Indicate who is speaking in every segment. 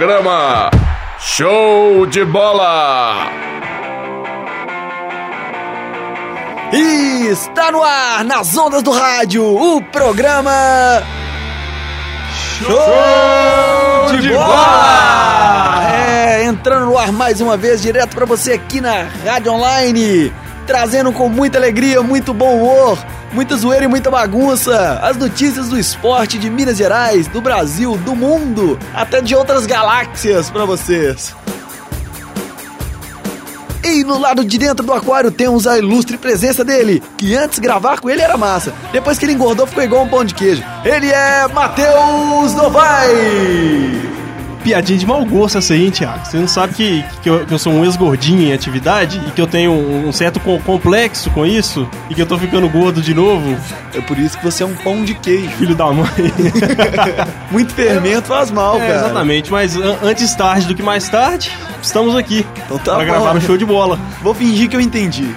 Speaker 1: Programa Show de Bola.
Speaker 2: E está no ar, nas ondas do rádio, o programa. Show, de, bola! É, entrando no ar mais uma vez, direto para você aqui na Rádio Online. Trazendo com muita alegria, muito bom humor, muita zoeira e muita bagunça. As notícias do esporte de Minas Gerais, do Brasil, do mundo, até de outras galáxias para vocês. E no lado de dentro do aquário temos a ilustre presença dele, que antes gravar com ele era massa, depois que ele engordou ficou igual um pão de queijo. Ele é Matheus Novaes!
Speaker 3: Piadinha de mau gosto essa aí, hein, Thiago? Você não sabe que, que, eu, que eu sou um ex-gordinho em atividade e que eu tenho um, um certo co- complexo com isso e que eu tô ficando gordo de novo,
Speaker 2: É por isso que você é um pão de queijo.
Speaker 3: filho da mãe.
Speaker 2: Muito fermento faz mal,
Speaker 3: É,
Speaker 2: É, cara.
Speaker 3: exatamente, mas an- antes tarde do que mais tarde, estamos aqui
Speaker 2: Então tá
Speaker 3: pra
Speaker 2: bom.
Speaker 3: gravar um show de bola.
Speaker 2: Vou fingir que eu entendi.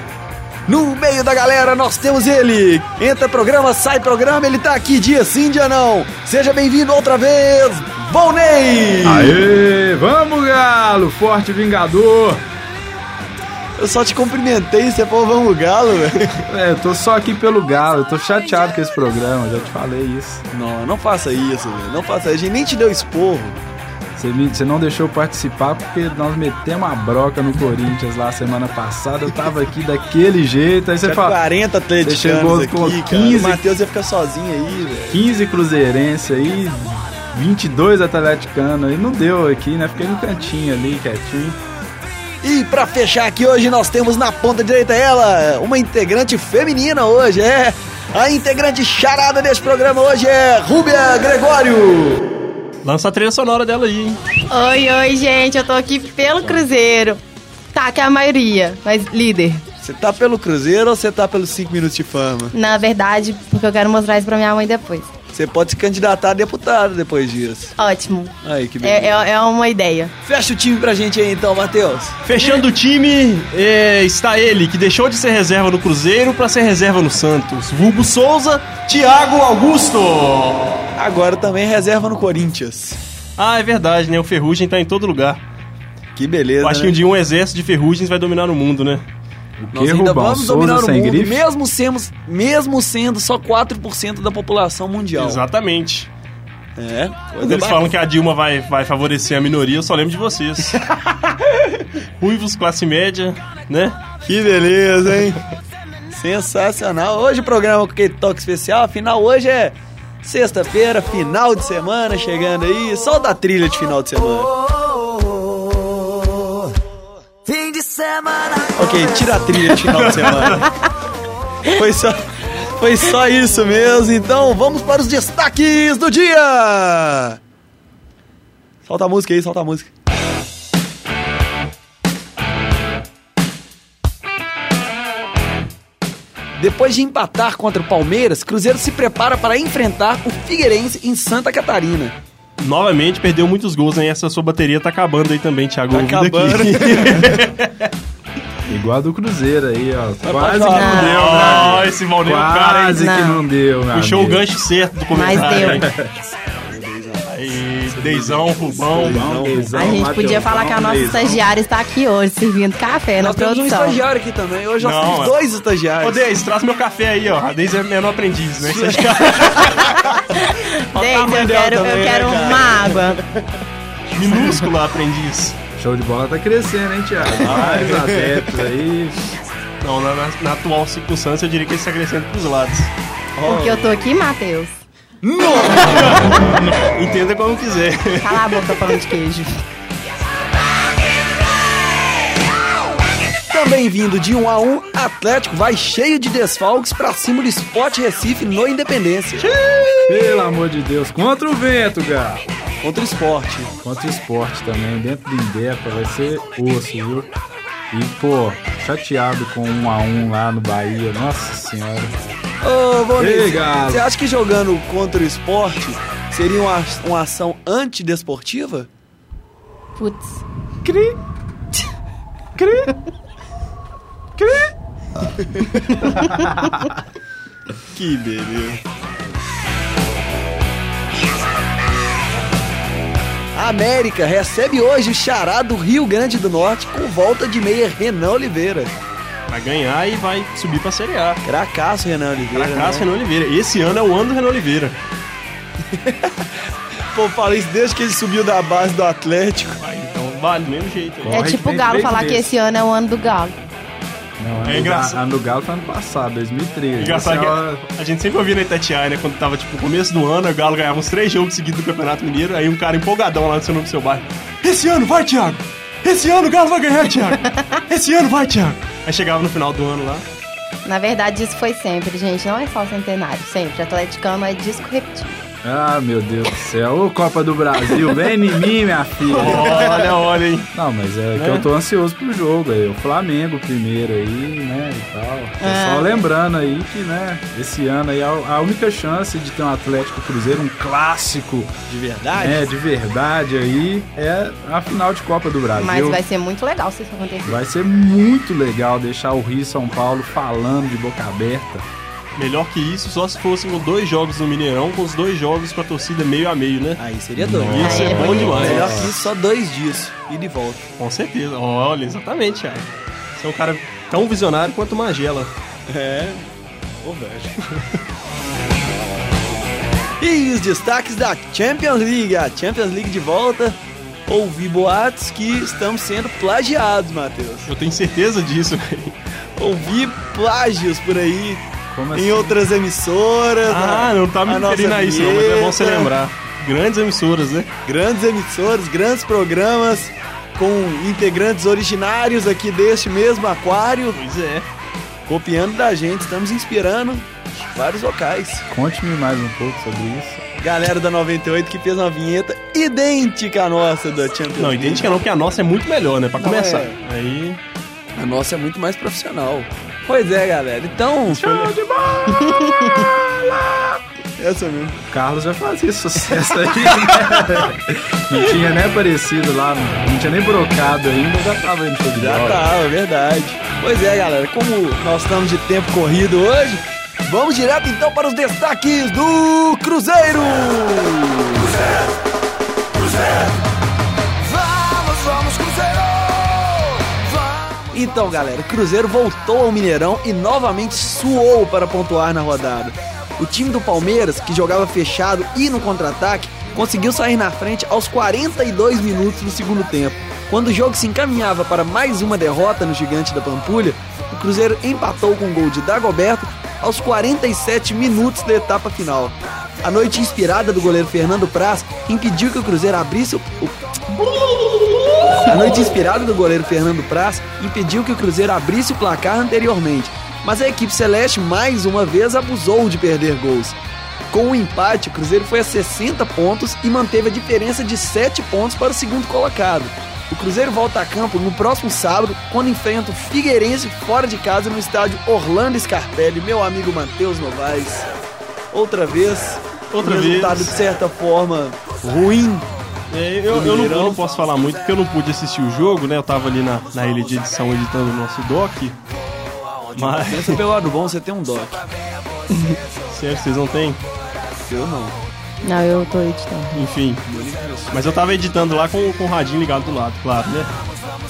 Speaker 2: No meio da galera nós temos ele. Entra programa, sai programa, ele tá aqui dia sim, dia não. Seja bem-vindo outra vez, Volney!
Speaker 4: Aê, vamos galo, forte vingador.
Speaker 2: Eu só te cumprimentei, você falou vamos galo, velho.
Speaker 4: É, eu tô só aqui pelo galo, eu tô chateado com esse programa, já te falei isso.
Speaker 2: Não, não faça isso, velho. Não faça isso. A gente nem te deu esporro.
Speaker 4: Você, me- você não deixou eu participar porque nós metemos a broca no Corinthians lá semana passada, eu tava aqui daquele jeito, aí você
Speaker 2: Tinha
Speaker 4: fala
Speaker 2: 40 atleticanos
Speaker 4: chegou
Speaker 2: aqui,
Speaker 4: com
Speaker 2: cara.
Speaker 4: 15.
Speaker 2: O Matheus ia ficar sozinho aí, velho.
Speaker 4: 15 cruzeirense aí, 22 atleticanos, aí não deu aqui, né? Fiquei no cantinho ali, quietinho.
Speaker 2: E pra fechar aqui hoje, nós temos na ponta direita ela, uma integrante feminina hoje, é. A integrante charada desse programa hoje é Rúbia Gregório.
Speaker 3: Lança a trilha sonora dela aí, hein?
Speaker 5: Oi, oi, gente. Eu tô aqui pelo Cruzeiro. Tá, que é a maioria, mas líder.
Speaker 2: Você tá pelo Cruzeiro ou você tá pelos 5 minutos de fama?
Speaker 5: Na verdade, porque eu quero mostrar isso pra minha mãe depois.
Speaker 2: Você pode se candidatar a deputado depois disso.
Speaker 5: Ótimo.
Speaker 2: Aí, que beleza.
Speaker 5: É, é, é uma ideia.
Speaker 2: Fecha o time pra gente aí então, Matheus.
Speaker 3: Fechando o time, é, está ele, que deixou de ser reserva no Cruzeiro pra ser reserva no Santos. Vulgo Souza, Thiago Augusto.
Speaker 2: Agora também reserva no Corinthians.
Speaker 3: Ah, é verdade, né? O Ferrugem tá em todo lugar.
Speaker 2: Que beleza.
Speaker 3: Eu acho que um
Speaker 2: né?
Speaker 3: dia um exército de ferrugens vai dominar o mundo, né?
Speaker 4: O que, Rubão? Souza sem grife?
Speaker 2: mesmo sendo, mesmo sendo só 4% da população mundial.
Speaker 3: Exatamente.
Speaker 2: Então. É.
Speaker 3: Quando eles falam que a Dilma vai, vai favorecer a minoria, eu só lembro de vocês. Ruivos, classe média, né?
Speaker 2: Que beleza, hein? Sensacional. Hoje o programa com aquele toque especial. Afinal, hoje é sexta-feira, final de semana chegando aí. Só da trilha de final de semana.
Speaker 6: Fim de semana.
Speaker 2: Ok, tira a trilha de final de semana. Foi só, foi só isso mesmo. Então vamos para os destaques do dia. Solta a música aí, solta a música. Depois de empatar contra o Palmeiras, Cruzeiro se prepara para enfrentar o Figueirense em Santa Catarina.
Speaker 3: Novamente, perdeu muitos gols, hein? Essa sua bateria tá acabando aí também, Thiago.
Speaker 2: Tá
Speaker 3: Ouvido
Speaker 2: acabando.
Speaker 4: um- Igual a do Cruzeiro aí, ó. Quase que
Speaker 2: falar.
Speaker 4: não deu, né?
Speaker 3: Ah, esse Valneu, cara, hein?
Speaker 4: Quase que
Speaker 5: Não.
Speaker 4: não deu, meu
Speaker 3: Puxou o
Speaker 4: amigo.
Speaker 3: gancho certo do
Speaker 5: Mas
Speaker 3: comentário.
Speaker 5: deu.
Speaker 3: Aí, Deizão, Rubão.
Speaker 5: A gente podia falar que a nossa estagiária está aqui hoje, servindo café na
Speaker 2: Nós temos um
Speaker 5: produção.
Speaker 2: estagiário aqui também. Hoje nós
Speaker 3: Não,
Speaker 2: temos
Speaker 3: é-
Speaker 2: dois
Speaker 3: Ô,
Speaker 2: estagiários.
Speaker 3: Deiz, traz meu café aí, ó. A Deiz é menor aprendiz, né?
Speaker 5: Gente, eu
Speaker 2: dela
Speaker 5: quero,
Speaker 2: também,
Speaker 5: eu quero
Speaker 2: né, cara?
Speaker 5: uma água.
Speaker 3: Minúscula aprendiz.
Speaker 4: Show de bola tá crescendo, hein, Thiago?
Speaker 3: Ah, é.
Speaker 4: Mais adeptos aí.
Speaker 3: Não, na, na- na atual circunstância, eu diria que ele está crescendo pros lados.
Speaker 5: Porque eu tô aqui, Matheus.
Speaker 3: Entenda como quiser.
Speaker 5: Cala a boca, pão de queijo.
Speaker 2: Também vindo de 1 a 1 Atlético vai cheio de desfalques pra cima do Sport Recife no Independência.
Speaker 4: Pelo amor de Deus. Contra o vento, Galo.
Speaker 2: Contra o Sport.
Speaker 4: Contra o esporte também. Dentro do Indepa vai ser osso, viu? E, pô, chateado com um a um lá no Bahia. Nossa senhora.
Speaker 2: Ô, Valnei,
Speaker 4: Ei, Galo.
Speaker 2: você acha que jogando contra o Sport seria uma, uma ação antidesportiva?
Speaker 5: Putz.
Speaker 2: Que beleza. A América recebe hoje o Xará do Rio Grande do Norte com volta de meia Renan Oliveira.
Speaker 3: Vai ganhar e vai subir pra Série A.
Speaker 2: Cracaço, Renan Oliveira.
Speaker 3: Cracasso
Speaker 2: né?
Speaker 3: Renan Oliveira. Esse ano é o ano do Renan Oliveira.
Speaker 2: Pô, fala isso desde que ele subiu da base do Atlético.
Speaker 3: Vai, então vale, do mesmo jeito.
Speaker 5: É
Speaker 4: Corre,
Speaker 5: tipo o
Speaker 4: tem
Speaker 5: Galo
Speaker 4: três
Speaker 5: falar que
Speaker 4: vezes.
Speaker 5: esse ano é o ano do Galo.
Speaker 4: Não,
Speaker 3: É
Speaker 4: a do
Speaker 3: engraçado.
Speaker 4: Ga- A do Galo foi ano passado, 2013.
Speaker 3: Engraçado
Speaker 4: Essa é
Speaker 3: que a gente sempre ouvia na Itatiaia, né? Quando tava, tipo, no começo do ano, o Galo ganhava uns três jogos seguidos do Campeonato Mineiro, aí um cara empolgadão lá no seu nome do seu bairro. Esse ano vai, Thiago! Esse ano o Galo vai ganhar, Thiago! Esse ano vai, Thiago! Aí chegava no final do ano lá.
Speaker 5: Na verdade, isso foi sempre, gente. Não é só centenário, sempre. Atleticano é disco repetido.
Speaker 4: a- Ah, meu Deus do céu. Ô, Copa do Brasil, vem em mim, minha filha.
Speaker 3: Olha, olha, hein?
Speaker 4: Não, mas é que eu tô ansioso pro jogo aí. O Flamengo primeiro aí, né, e tal.
Speaker 5: É.
Speaker 4: Só lembrando aí que, né, esse ano aí a, a única chance de ter um Atlético Cruzeiro, um clássico,
Speaker 2: De verdade?
Speaker 4: né, de verdade aí, é a final de Copa do Brasil.
Speaker 5: Mas vai ser muito legal se isso acontecer.
Speaker 4: Vai ser muito legal deixar o Rio e São Paulo falando de boca aberta.
Speaker 3: Melhor que isso, só se fossem os dois jogos no Mineirão, com os dois jogos pra torcida meio a meio, né?
Speaker 2: Aí seria doido.
Speaker 3: Ia ser
Speaker 5: é
Speaker 3: bom
Speaker 5: bonito.
Speaker 3: demais.
Speaker 2: Melhor que isso, só dois dias. Ida e volta.
Speaker 3: Com certeza. Olha, exatamente, Thiago. Você é um cara tão visionário quanto Magela.
Speaker 2: E os destaques da Champions League. A Champions League de volta. Ouvi boatos que estamos sendo plagiados, Matheus.
Speaker 3: Eu tenho certeza disso, velho.
Speaker 2: Ouvi plágios por aí
Speaker 4: Como
Speaker 2: em
Speaker 4: assim?
Speaker 2: outras emissoras.
Speaker 3: Ah,
Speaker 2: na-
Speaker 3: não tá me
Speaker 2: na nossa
Speaker 3: referindo a isso, não, mas é bom você
Speaker 2: vinheta.
Speaker 3: lembrar. Grandes emissoras, né?
Speaker 2: Grandes emissoras, grandes programas com integrantes originários aqui deste mesmo aquário,
Speaker 3: Pois é.
Speaker 2: copiando da gente. Estamos inspirando vários locais.
Speaker 4: Conte-me mais um pouco sobre isso.
Speaker 2: Galera da 98 que fez uma vinheta idêntica à nossa da Champions
Speaker 3: Não,
Speaker 2: League.
Speaker 3: idêntica não, porque a nossa é muito melhor, né? Pra
Speaker 2: Não,
Speaker 3: começar.
Speaker 2: é.
Speaker 3: Aí.
Speaker 2: A nossa é muito mais profissional. Pois é, galera. Então. Essa mesmo.
Speaker 4: O Carlos já fazia sucesso aí, né? Não tinha nem aparecido lá, não tinha nem brocado ainda, já tava indo sobre
Speaker 2: Já tá, é verdade. Pois é, galera. Como nós estamos de tempo corrido hoje, vamos direto então para os destaques do Cruzeiro.
Speaker 6: Vamos, vamos, Cruzeiro! Vamos!
Speaker 2: Então, galera, o Cruzeiro voltou ao Mineirão e novamente suou para pontuar na rodada. O time do Palmeiras, que jogava fechado e no contra-ataque, conseguiu sair na frente aos 42 minutos do segundo tempo. Quando o jogo se encaminhava para mais uma derrota no Gigante da Pampulha, o Cruzeiro empatou com o gol de Dagoberto aos 47 minutos da etapa final. A noite inspirada do goleiro Fernando Praz impediu que o Cruzeiro abrisse o- o a noite inspirada do goleiro Fernando Praz impediu que o Cruzeiro abrisse o placar anteriormente, mas a equipe celeste mais uma vez abusou de perder gols. Com o empate, o Cruzeiro foi a 60 pontos e manteve a diferença de 7 pontos para o segundo colocado. O Cruzeiro volta a campo no próximo sábado, quando enfrenta o Figueirense fora de casa no estádio Orlando Scarpelli, meu amigo Matheus Novaes. Outra vez,
Speaker 3: Outra
Speaker 2: um
Speaker 3: vez.
Speaker 2: resultado de certa forma ruim
Speaker 3: É, eu, eu não, eu não posso falar muito porque eu não pude assistir o jogo, né? Eu tava ali na, na ilha de edição editando o nosso doc. Mas,
Speaker 2: Pensa pelo lado bom, você tem um doc.
Speaker 3: sério, vocês não têm?
Speaker 2: Eu não.
Speaker 5: Não, eu tô editando.
Speaker 3: Enfim. Mas eu tava editando lá com, com o radinho ligado do lado, claro, né?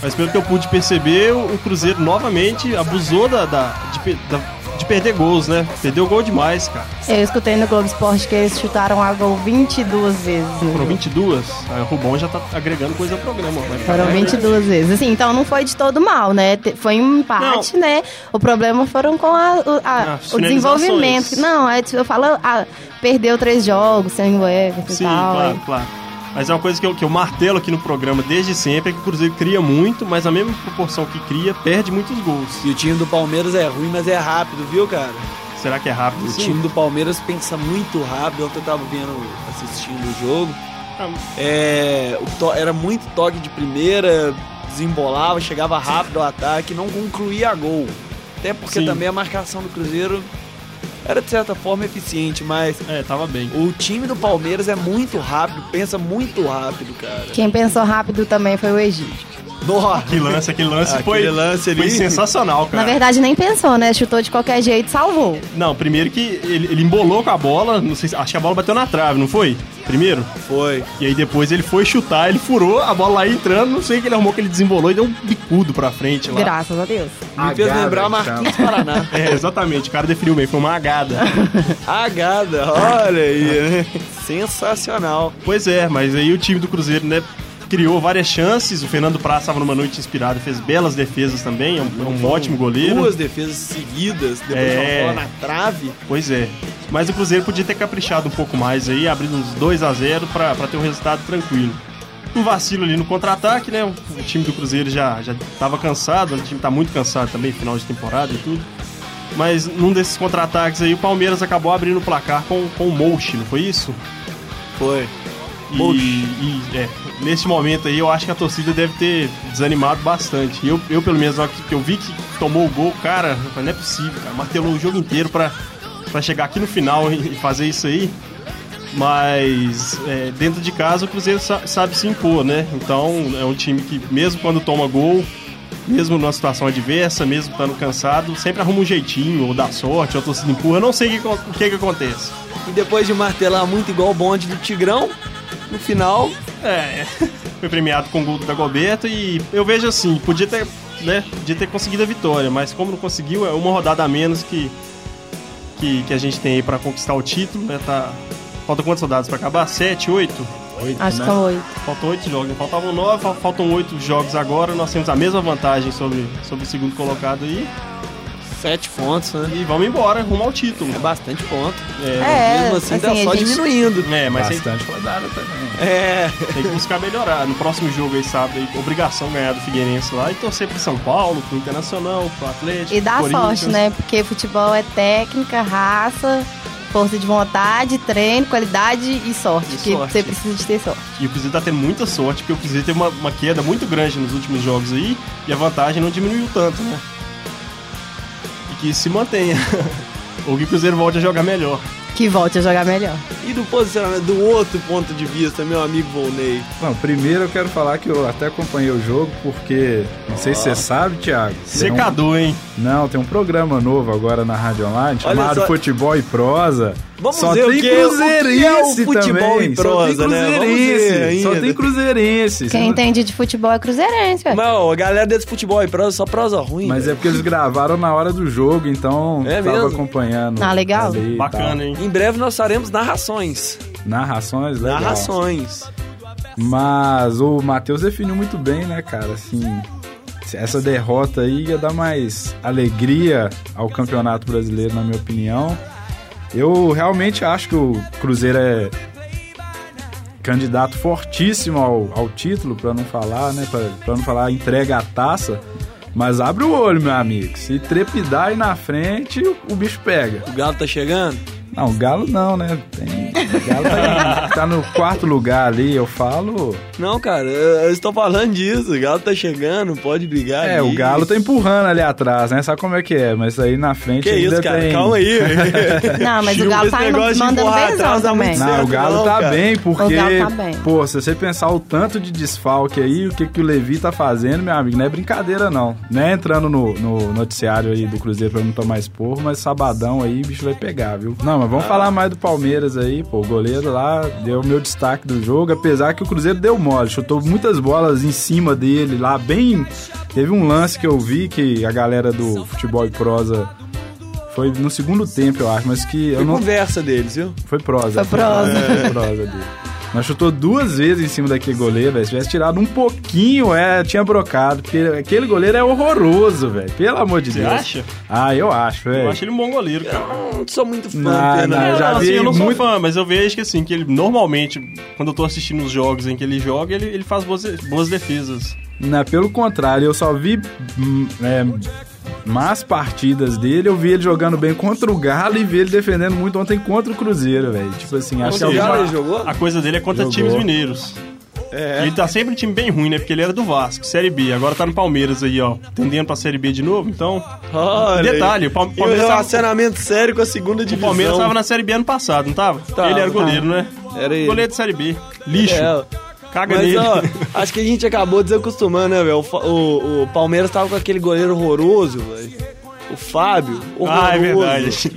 Speaker 3: Mas pelo que eu pude perceber, o, o Cruzeiro novamente abusou da, da- de, pe- da- de perder gols, né? Perdeu gol demais, cara.
Speaker 5: Eu escutei no Globo Esporte que eles chutaram a gol 22 vezes. no
Speaker 3: Foram
Speaker 2: Uhum.
Speaker 5: jogo.
Speaker 3: 22. Aí o Rubão já tá agregando coisa ao programa. né? vai ficar-
Speaker 5: Foram 22 vezes. Assim, então não foi de todo mal, né? Te- Foi um empate, né? O problema foram com a- o, a-
Speaker 3: As
Speaker 5: o
Speaker 3: finalizações.
Speaker 5: desenvolvimento. Não, é, tipo, eu falo, ah, perdeu três jogos sem o Everton
Speaker 3: Sim,
Speaker 5: e tal.
Speaker 3: claro,
Speaker 5: aí.
Speaker 3: claro. Mas é uma coisa que eu, que eu martelo aqui no programa desde sempre, é que o Cruzeiro cria muito, mas a mesma proporção que cria, perde muitos gols.
Speaker 2: E o time do Palmeiras é ruim, mas é rápido, viu, cara?
Speaker 3: Será que é rápido?
Speaker 2: O
Speaker 3: assim?
Speaker 2: time do Palmeiras pensa muito rápido. Ontem eu tava vendo, assistindo o jogo.
Speaker 3: Ah,
Speaker 2: É, o to- era muito toque de primeira, desembolava, chegava rápido ao ataque, não concluía gol. Até porque
Speaker 3: Sim.
Speaker 2: também a marcação do Cruzeiro era de certa forma eficiente, mas
Speaker 3: É, tava bem.
Speaker 2: o time do Palmeiras é muito rápido, pensa muito rápido, cara.
Speaker 5: Quem pensou rápido também foi o Egídio.
Speaker 2: Nossa.
Speaker 3: Que lance, aquele lance
Speaker 2: Ah, Aquele
Speaker 3: foi,
Speaker 2: lance ali.
Speaker 3: foi sensacional, cara.
Speaker 5: Na verdade, nem pensou, né? Chutou de qualquer jeito, salvou.
Speaker 3: Não, primeiro que ele, ele embolou com a bola, não sei se, acho que a bola bateu na trave, não foi? Primeiro?
Speaker 2: Foi.
Speaker 3: E aí depois ele foi chutar, ele furou, a bola lá ia entrando, não sei o que ele arrumou, que ele desembolou e deu um bicudo pra frente lá.
Speaker 5: Graças a Deus.
Speaker 2: Me fez
Speaker 4: Agada,
Speaker 2: lembrar
Speaker 4: chama.
Speaker 2: Marquinhos Paraná.
Speaker 3: É, exatamente, o cara definiu bem, foi uma agada.
Speaker 2: Agada, olha aí, né? Sensacional.
Speaker 3: pois é, mas aí o time do Cruzeiro, né, criou várias chances, o Fernando Praça estava numa noite inspirado, fez belas defesas também, é um, é um ótimo goleiro.
Speaker 2: Duas defesas seguidas, depois
Speaker 3: É.
Speaker 2: uma bola na trave.
Speaker 3: Pois é. Mas o Cruzeiro podia ter caprichado um pouco mais aí, abrindo uns 2 a 0 pra pra ter um resultado tranquilo. Um vacilo ali no contra-ataque, né? O time do Cruzeiro já, já tava cansado, o time tá muito cansado também, final de temporada e tudo. Mas num desses contra-ataques aí, o Palmeiras acabou abrindo o placar com, com o Mouche, não foi isso?
Speaker 2: Foi.
Speaker 3: E,
Speaker 2: Mouche.
Speaker 3: e, é, nesse momento aí, eu acho que a torcida deve ter desanimado bastante. Eu, eu pelo menos, na hora que eu vi que tomou o gol, cara, eu falei, não é possível, cara. Martelou o jogo inteiro pra, pra chegar aqui no final e e fazer isso aí. Mas é, dentro de casa o Cruzeiro sa- sabe se impor, né? Então é um time que, mesmo quando toma gol, mesmo numa situação adversa, mesmo estando cansado, sempre arruma um jeitinho, ou dá sorte, ou a torcida empurra. Eu não sei o que, acon- o que, que acontece.
Speaker 2: E depois de martelar muito igual o bonde do Tigrão, no final,
Speaker 3: É, foi premiado com o gol da Goberto e eu vejo assim, podia ter, né, podia ter conseguido a vitória, mas como não conseguiu, é uma rodada a menos que que, que a gente tem aí pra conquistar o título, né, tá... Faltam quantas rodadas pra acabar? Sete, oito?
Speaker 4: Oito,
Speaker 5: Acho que
Speaker 4: né?
Speaker 5: são oito.
Speaker 3: Faltam oito jogos, né? faltavam nove, fal- faltam oito jogos agora, nós temos a mesma vantagem sobre, sobre o segundo colocado aí
Speaker 2: sete pontos, né?
Speaker 3: e vamos embora, rumo ao título.
Speaker 2: É bastante ponto.
Speaker 5: É,
Speaker 2: Mesmo assim, tá
Speaker 5: assim, a
Speaker 2: só
Speaker 5: gente-
Speaker 2: diminuindo.
Speaker 3: É, mas tem,
Speaker 4: Bastante rodada também.
Speaker 2: É,
Speaker 3: tem que buscar melhorar. No próximo jogo aí, sábado, aí, obrigação ganhar do Figueirense lá e torcer pro São Paulo, pro Internacional, pro Atlético,
Speaker 5: E dá
Speaker 3: pro Corinthians.
Speaker 5: sorte, né? Porque futebol é técnica, raça, força de vontade, treino, qualidade e sorte.
Speaker 2: E
Speaker 5: que
Speaker 2: sorte.
Speaker 5: você precisa de ter sorte.
Speaker 3: E o Cruzeiro tá tendo muita sorte, porque o Cruzeiro teve uma, uma queda muito grande nos últimos jogos aí, e a vantagem não diminuiu tanto, né? E que isso se mantenha. Ou que o Cruzeiro volte a jogar melhor.
Speaker 5: Que volte a jogar melhor.
Speaker 2: e do posicionamento, do outro ponto de vista, meu amigo Volney.
Speaker 4: Bom, primeiro eu quero falar que eu até acompanhei o jogo, porque, não sei se você sabe, Thiago. tem um-
Speaker 3: Secador, hein?
Speaker 4: Não, tem um programa novo agora na Rádio Online
Speaker 2: Olha
Speaker 4: chamado
Speaker 2: só.
Speaker 4: Futebol e Prosa.
Speaker 2: Vamos
Speaker 4: só
Speaker 2: ver o
Speaker 4: tem
Speaker 2: que é- o que é o
Speaker 4: cruzeirense
Speaker 2: futebol
Speaker 4: também.
Speaker 2: e prosa,
Speaker 4: só tem
Speaker 2: né? Vamos ver
Speaker 4: cruzeirense. Só
Speaker 2: ainda.
Speaker 4: tem cruzeirense.
Speaker 5: Quem entende de futebol é cruzeirense, velho.
Speaker 2: Não, a galera desse futebol aí, prosa, só prosa ruim.
Speaker 4: Mas é
Speaker 2: velho.
Speaker 4: porque eles gravaram na hora do jogo, então
Speaker 2: É
Speaker 4: tava
Speaker 2: mesmo?
Speaker 4: acompanhando.
Speaker 5: Ah, legal.
Speaker 4: ali e
Speaker 3: Bacana, hein?
Speaker 2: Em breve nós faremos narrações.
Speaker 4: tal. Narrações, legal.
Speaker 2: Narrações.
Speaker 4: Mas o Matheus definiu muito bem, né, cara? Assim, essa derrota aí ia dar mais alegria ao Campeonato Brasileiro, na minha opinião. Eu realmente acho que o Cruzeiro é candidato fortíssimo ao, ao título, pra não falar, né? Pra, pra não falar entrega a taça. Mas abre o olho, meu amigo. Se trepidar aí na frente, o bicho pega.
Speaker 2: O Galo tá chegando?
Speaker 4: Não, o Galo não, né? Tem, o Galo tá, em- tá no quarto lugar ali, eu falo.
Speaker 2: Não, cara, eu, eu estou falando disso. O Galo tá chegando, pode brigar.
Speaker 4: É,
Speaker 2: ali.
Speaker 4: o Galo tá empurrando ali atrás, né? Sabe como é que é? Mas aí na frente
Speaker 2: Que
Speaker 4: ainda
Speaker 2: isso, cara?
Speaker 4: tem...
Speaker 2: Calma aí.
Speaker 5: Não, mas o
Speaker 2: Gil,
Speaker 5: Galo
Speaker 2: esse
Speaker 5: tá indo-
Speaker 2: negócio de
Speaker 5: mandando
Speaker 2: empurrar
Speaker 5: benzão
Speaker 2: atrás dá
Speaker 5: também.
Speaker 2: muito
Speaker 4: Não,
Speaker 2: certo,
Speaker 4: o Galo tá
Speaker 2: cara.
Speaker 4: bem, porque...
Speaker 5: Galo tá bem.
Speaker 4: Pô, se você pensar o tanto de desfalque aí, o que, que o Levi tá fazendo, meu amigo, não é brincadeira, não. Não é entrando no, no noticiário aí do Cruzeiro pra não tomar esporro, mas sabadão aí o bicho vai pegar, viu? Não, mas vamos
Speaker 2: Ah.
Speaker 4: falar mais do Palmeiras aí, pô. O goleiro lá deu o meu destaque do jogo, apesar que o Cruzeiro deu mole, chutou muitas bolas em cima dele lá, bem... Teve um lance que eu vi que a galera do Futebol e Prosa... Foi no segundo tempo, eu acho, mas que eu
Speaker 2: Foi
Speaker 4: não
Speaker 2: conversa deles, viu?
Speaker 4: foi prosa.
Speaker 5: Foi prosa.
Speaker 4: É, foi prosa dele. Mas chutou duas vezes em cima daquele goleiro, velho. Se tivesse tirado um pouquinho, é, tinha brocado. Porque aquele goleiro é horroroso, velho. Pelo amor de
Speaker 3: Você
Speaker 4: Deus.
Speaker 3: acha?
Speaker 4: Ah, eu acho,
Speaker 3: Eu
Speaker 4: velho.
Speaker 3: acho ele um bom goleiro, cara.
Speaker 2: Não sou muito fã,
Speaker 4: Não,
Speaker 2: Fernando.
Speaker 4: Ah, não, Eu já
Speaker 3: Não,
Speaker 4: vi
Speaker 3: assim, eu não sou
Speaker 4: muito-
Speaker 3: fã, mas eu vejo que assim, que ele normalmente, quando eu tô assistindo os jogos em que ele joga, ele, ele faz boas, boas defesas.
Speaker 4: Não, pelo contrário, eu só vi hum, é, más partidas dele. Eu vi ele jogando bem contra o Galo e vi ele defendendo muito ontem contra o Cruzeiro, velho. Tipo assim, acho que
Speaker 2: Contra o
Speaker 4: alguma-
Speaker 2: Galo ele jogou? É.
Speaker 3: A coisa dele é contra
Speaker 4: Jogou.
Speaker 3: times mineiros. E Ele tá sempre em time bem ruim, né? Porque ele era do Vasco, Série B. Agora tá no Palmeiras aí, ó. Tendendo pra Série B de novo, então.
Speaker 2: Olha aí.
Speaker 3: Detalhe, o Pal-
Speaker 2: E
Speaker 3: Palmeiras tava-
Speaker 2: relacionamento sério com a segunda
Speaker 3: O
Speaker 2: divisão.
Speaker 3: Palmeiras tava na Série B ano passado, não tava?
Speaker 2: Tava,
Speaker 3: ele era
Speaker 2: tava.
Speaker 3: goleiro, né?
Speaker 2: Era ele.
Speaker 3: Goleiro de Série B. Lixo.
Speaker 2: É,
Speaker 3: Caga
Speaker 2: Mas,
Speaker 3: nele.
Speaker 2: ó, acho que a gente acabou desacostumando, né, velho? O, Fa- o- o Palmeiras tava com aquele goleiro horroroso, velho. O Fábio, horroroso.
Speaker 3: Ah, é verdade.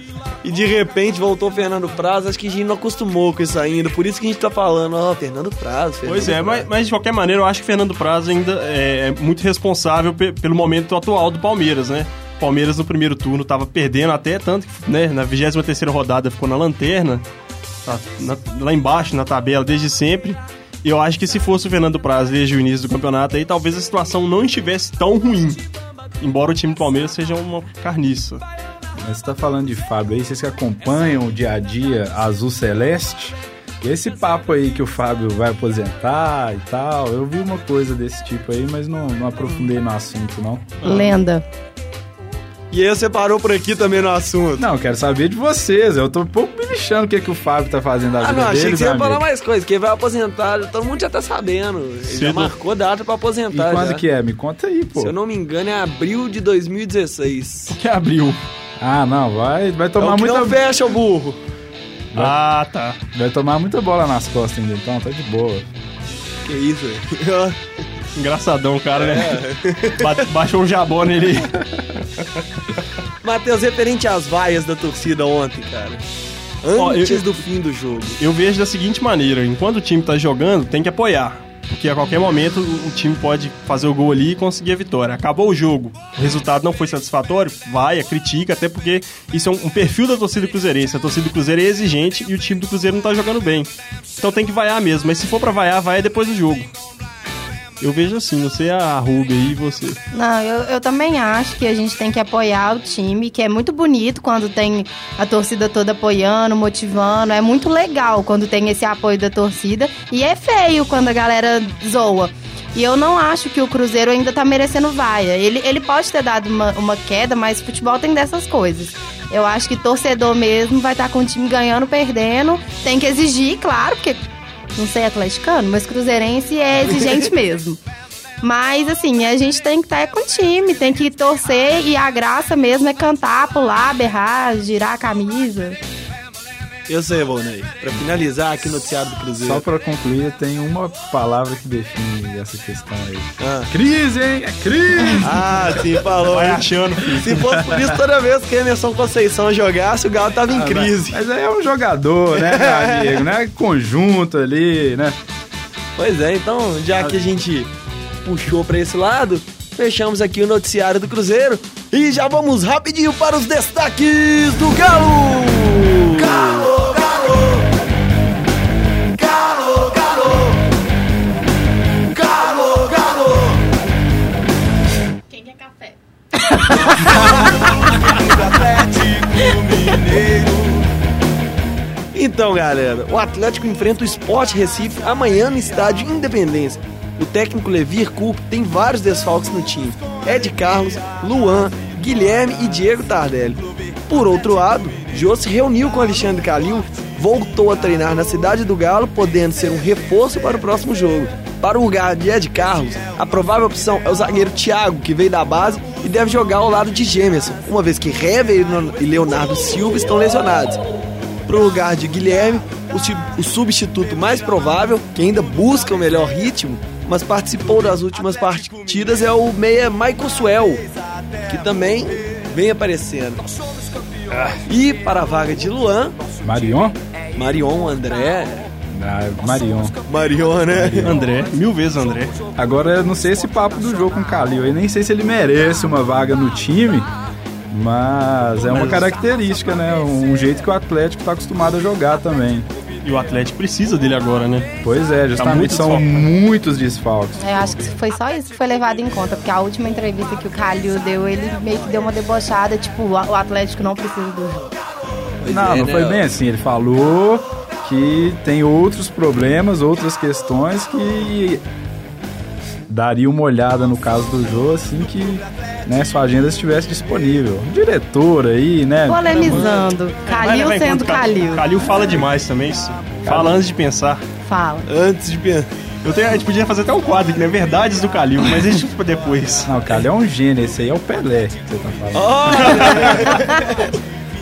Speaker 2: E de repente voltou o Fernando Prazo, acho que a gente não acostumou com isso ainda. Por isso que a gente tá falando, ó, Fernando Prazo. Fernando
Speaker 3: Pois é,
Speaker 2: Prazo.
Speaker 3: mas, mas de qualquer maneira eu acho que o Fernando Prazo ainda é, é muito responsável pe- pelo momento atual do Palmeiras, né? O Palmeiras no primeiro turno tava perdendo até, tanto que né, na 23ª rodada ficou na lanterna, tá na- lá embaixo na tabela desde sempre. E eu acho que se fosse o Fernando Prazo desde o início do campeonato aí, talvez a situação não estivesse tão ruim. Embora o time do Palmeiras seja uma carniça.
Speaker 4: Mas você tá falando de Fábio aí, vocês que acompanham o dia a dia Azul Celeste, e esse papo aí que o Fábio vai aposentar e tal, eu vi uma coisa desse tipo aí, mas não, não aprofundei no assunto, não.
Speaker 5: Lenda.
Speaker 2: E aí você parou por aqui também no assunto.
Speaker 4: Não, eu quero saber de vocês, eu tô um pouco me lixando o que, que o Fábio tá fazendo da
Speaker 2: Ah,
Speaker 4: vida
Speaker 2: não, achei
Speaker 4: deles,
Speaker 2: que você ia
Speaker 4: amigo.
Speaker 2: falar mais coisa, que ele vai aposentar, todo mundo já tá sabendo. Ele já
Speaker 3: Cedo.
Speaker 2: marcou data pra
Speaker 4: E
Speaker 2: aposentar.
Speaker 4: quando
Speaker 2: já.
Speaker 4: que é? Me conta aí, pô.
Speaker 2: né? Se eu não me engano, é abril de 2016.
Speaker 3: Que abriu.
Speaker 4: Ah, não, vai, vai
Speaker 2: É
Speaker 4: tomar
Speaker 2: o que
Speaker 4: muita
Speaker 2: não fecha o burro.
Speaker 3: Ah, tá.
Speaker 4: vai tomar muita bola nas costas ainda, então tá de boa.
Speaker 2: Que isso, velho.
Speaker 3: Engraçadão, cara, né? Ba- Baixou um jabó nele.
Speaker 2: Matheus, referente às vaias da torcida ontem, cara.
Speaker 3: Ó,
Speaker 2: Antes
Speaker 3: eu-
Speaker 2: do fim do jogo.
Speaker 3: Eu vejo da seguinte maneira: enquanto o time tá jogando, tem que apoiar. Porque a qualquer momento o time pode fazer o gol ali e conseguir a vitória. Acabou o jogo, o resultado não foi satisfatório, vai, critica, até porque isso é um um perfil da torcida cruzeirense. A torcida do Cruzeiro é exigente e o time do Cruzeiro não tá jogando bem. Então tem que vaiar mesmo, mas se for pra vaiar, vai depois do jogo. Eu vejo assim, você arruga aí, você.
Speaker 5: Não, eu, eu também acho que a gente tem que apoiar o time, que é muito bonito quando tem a torcida toda apoiando, motivando. É muito legal quando tem esse apoio da torcida. E é feio quando a galera zoa. E eu não acho que o Cruzeiro ainda tá merecendo vaia. Ele, ele pode ter dado uma, uma queda, mas futebol tem dessas coisas. Eu acho que torcedor mesmo vai estar com o time ganhando, perdendo. Tem que exigir, claro, porque não sei atleticano, mas cruzeirense é exigente mesmo. Mas, assim, a gente tem que estar com o time, tem que torcer e a graça mesmo é cantar, pular, berrar, girar a camisa.
Speaker 2: Eu sei, Volney. Pra finalizar aqui no noticiário do Cruzeiro.
Speaker 4: Só pra concluir, tem uma palavra que define essa questão aí.
Speaker 2: Ah.
Speaker 4: Crise, hein? É crise!
Speaker 2: Ah, sim, falou.
Speaker 3: Vai
Speaker 2: hein?
Speaker 3: achando, filho.
Speaker 2: Se fosse por isso, toda vez que Emerson Conceição jogasse, o Galo
Speaker 3: Ah,
Speaker 2: tava
Speaker 3: né?
Speaker 2: em crise.
Speaker 4: Mas aí é um jogador, né, meu amigo? Né? Conjunto ali, né?
Speaker 2: Pois é, então, já que a gente puxou pra esse lado, fechamos aqui o noticiário do Cruzeiro e já vamos rapidinho para os destaques do Galo!
Speaker 6: Galo, galo, galo, galo, galo, galo.
Speaker 5: Quem quer café?
Speaker 2: Então, galera, o Atlético enfrenta o Sport Recife amanhã no estádio Independência. O técnico Levir Culp tem vários desfalques no time: Ed Carlos, Luan, Guilherme e Diego Tardelli. Por outro lado, Jô se reuniu com Alexandre Calil, voltou a treinar na cidade do Galo, podendo ser um reforço para o próximo jogo. Para o lugar de Ed Carlos, a provável opção é o zagueiro Thiago, que veio da base e deve jogar ao lado de Gemerson, uma vez que Hever e Leonardo Silva estão lesionados. Pro lugar de Guilherme, o, su- o substituto mais provável, que ainda busca o melhor ritmo, mas participou das últimas partidas, é o meia Michael Suel, que também vem aparecendo. E para a vaga de Luan,
Speaker 4: Marion?
Speaker 2: Marion André.
Speaker 4: Ah, Marion.
Speaker 2: Marion, né?
Speaker 3: André, mil vezes André.
Speaker 4: Agora, eu não sei esse papo do jogo com o Calil aí, nem sei se ele merece uma vaga no time, mas é uma característica, né? Um jeito que o Atlético tá acostumado a jogar também.
Speaker 3: E o Atlético precisa dele agora, né?
Speaker 4: Pois é, justamente
Speaker 3: muito
Speaker 4: são
Speaker 3: desfalque, né?
Speaker 4: muitos desfalques.
Speaker 5: Eu acho que foi só isso que foi levado em conta, porque a última entrevista que o Calil deu, ele meio que deu uma debochada, tipo, o o Atlético não precisa do jogo.
Speaker 4: Não,
Speaker 2: é,
Speaker 4: não
Speaker 2: né,
Speaker 4: foi
Speaker 2: ó.
Speaker 4: bem assim. Ele falou que tem outros problemas, outras questões que daria uma olhada no caso do Jô assim que né, sua agenda estivesse disponível. Diretor aí, né?
Speaker 5: Polemizando. Calil
Speaker 3: Vai levar em
Speaker 5: sendo
Speaker 3: conta,
Speaker 5: Calil.
Speaker 3: Calil fala demais também, isso. Fala antes de pensar.
Speaker 5: Fala.
Speaker 2: Antes de pensar.
Speaker 3: Eu tenho- a gente podia fazer até um quadro aqui, né? Verdades do Calil, mas deixa pra depois.
Speaker 4: Não, cara, ele é um gênio, esse aí é o Pelé que você tá falando.
Speaker 2: Olha!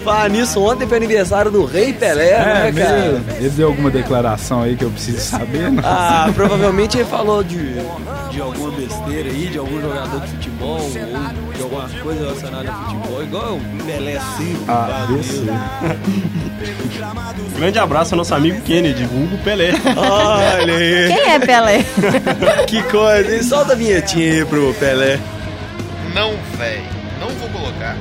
Speaker 2: Falar nisso, ontem foi aniversário do Rei Pelé, né,
Speaker 4: É,
Speaker 2: cara?
Speaker 4: mesmo. Ele deu alguma declaração aí que eu preciso saber, né? não?
Speaker 2: Ah, provavelmente ele falou de, de alguma besteira aí, de algum jogador de futebol, ou de alguma coisa relacionada a futebol, igual o Pelé assim. sempre.
Speaker 4: Ah, desse.
Speaker 3: Um Grande abraço ao nosso amigo Kennedy, vulgo Pelé.
Speaker 2: Olha aí,
Speaker 5: Quem é Pelé?
Speaker 2: que coisa, hein? Solta a vinhetinha aí pro Pelé.
Speaker 7: Não, véi. Não vou colocar.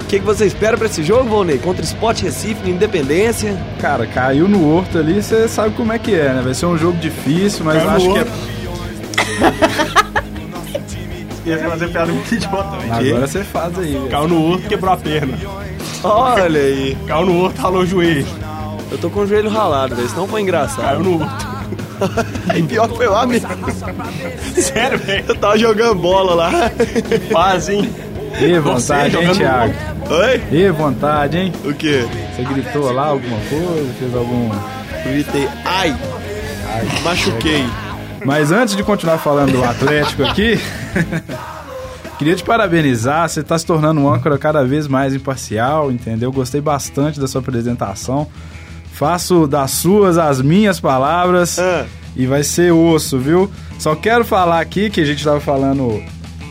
Speaker 2: O que, que você espera pra esse jogo, Volney? Contra o Sport Recife, no Independência.
Speaker 4: Cara, caiu no horto ali, você sabe como é que é, né? Vai ser um jogo difícil, mas
Speaker 3: Caiu
Speaker 4: eu
Speaker 3: no
Speaker 4: acho que é.
Speaker 3: Ia fazer piada muito idiota, velho.
Speaker 4: é- Agora você faz aí. velho.
Speaker 3: Caiu no outro, quebrou a perna.
Speaker 2: Olha aí.
Speaker 3: Caiu no outro, ralou o joelho.
Speaker 2: Eu tô com o joelho ralado, velho, senão foi engraçado.
Speaker 3: Caiu no outro.
Speaker 2: E pior que foi lá mesmo.
Speaker 3: Sério, velho?
Speaker 2: Eu tava jogando bola lá.
Speaker 3: Quase, hein?
Speaker 4: Ê, vontade, hein,
Speaker 3: jogando
Speaker 4: tá, Thiago?
Speaker 2: Oi?
Speaker 4: Ê, vontade, hein?
Speaker 2: O quê?
Speaker 4: Você gritou lá alguma coisa, fez algum.
Speaker 2: Gritei, ai.
Speaker 3: é
Speaker 2: Machuquei.
Speaker 4: Mas antes de continuar falando do Atlético aqui, queria te parabenizar. Você está se tornando um âncora cada vez mais imparcial, entendeu? Gostei bastante da sua apresentação. Faço das suas as minhas palavras
Speaker 2: Ah.
Speaker 4: e vai ser osso, viu? Só quero falar aqui que a gente estava falando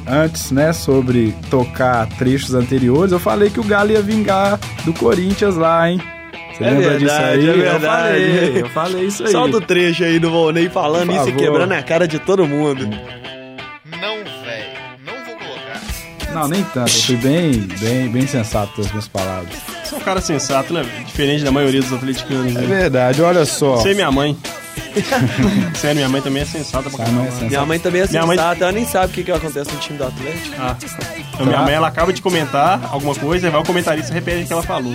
Speaker 4: antes, né, sobre tocar trechos anteriores. Eu falei que o Galo ia vingar do Corinthians lá, hein? Você
Speaker 2: É
Speaker 4: lembra disso
Speaker 2: verdade,
Speaker 4: aí?
Speaker 2: é
Speaker 4: Eu
Speaker 2: verdade.
Speaker 4: falei, eu falei isso aí.
Speaker 2: Só do trecho aí do Volney falando
Speaker 4: Por
Speaker 2: isso e
Speaker 4: favor.
Speaker 2: quebrando a cara de todo mundo.
Speaker 7: Não, véi. Não vou colocar.
Speaker 4: Não, nem tanto. Eu fui bem, bem, bem sensato com as minhas palavras.
Speaker 3: Você é um cara sensato, né? velho? Diferente da maioria dos atleticanos.
Speaker 4: É
Speaker 3: Né?
Speaker 4: verdade, olha só.
Speaker 3: Sei minha mãe. Sério, minha mãe também é sensata pra
Speaker 4: Tá, não é
Speaker 3: caramba.
Speaker 4: sensato.
Speaker 2: Minha mãe também é
Speaker 3: Minha mãe-
Speaker 2: sensata, ela nem sabe o que, que acontece no time do Atlético.
Speaker 3: Ah. Então,
Speaker 2: Tá.
Speaker 3: minha mãe, ela acaba de comentar alguma coisa e vai o comentarista e repete o que ela falou.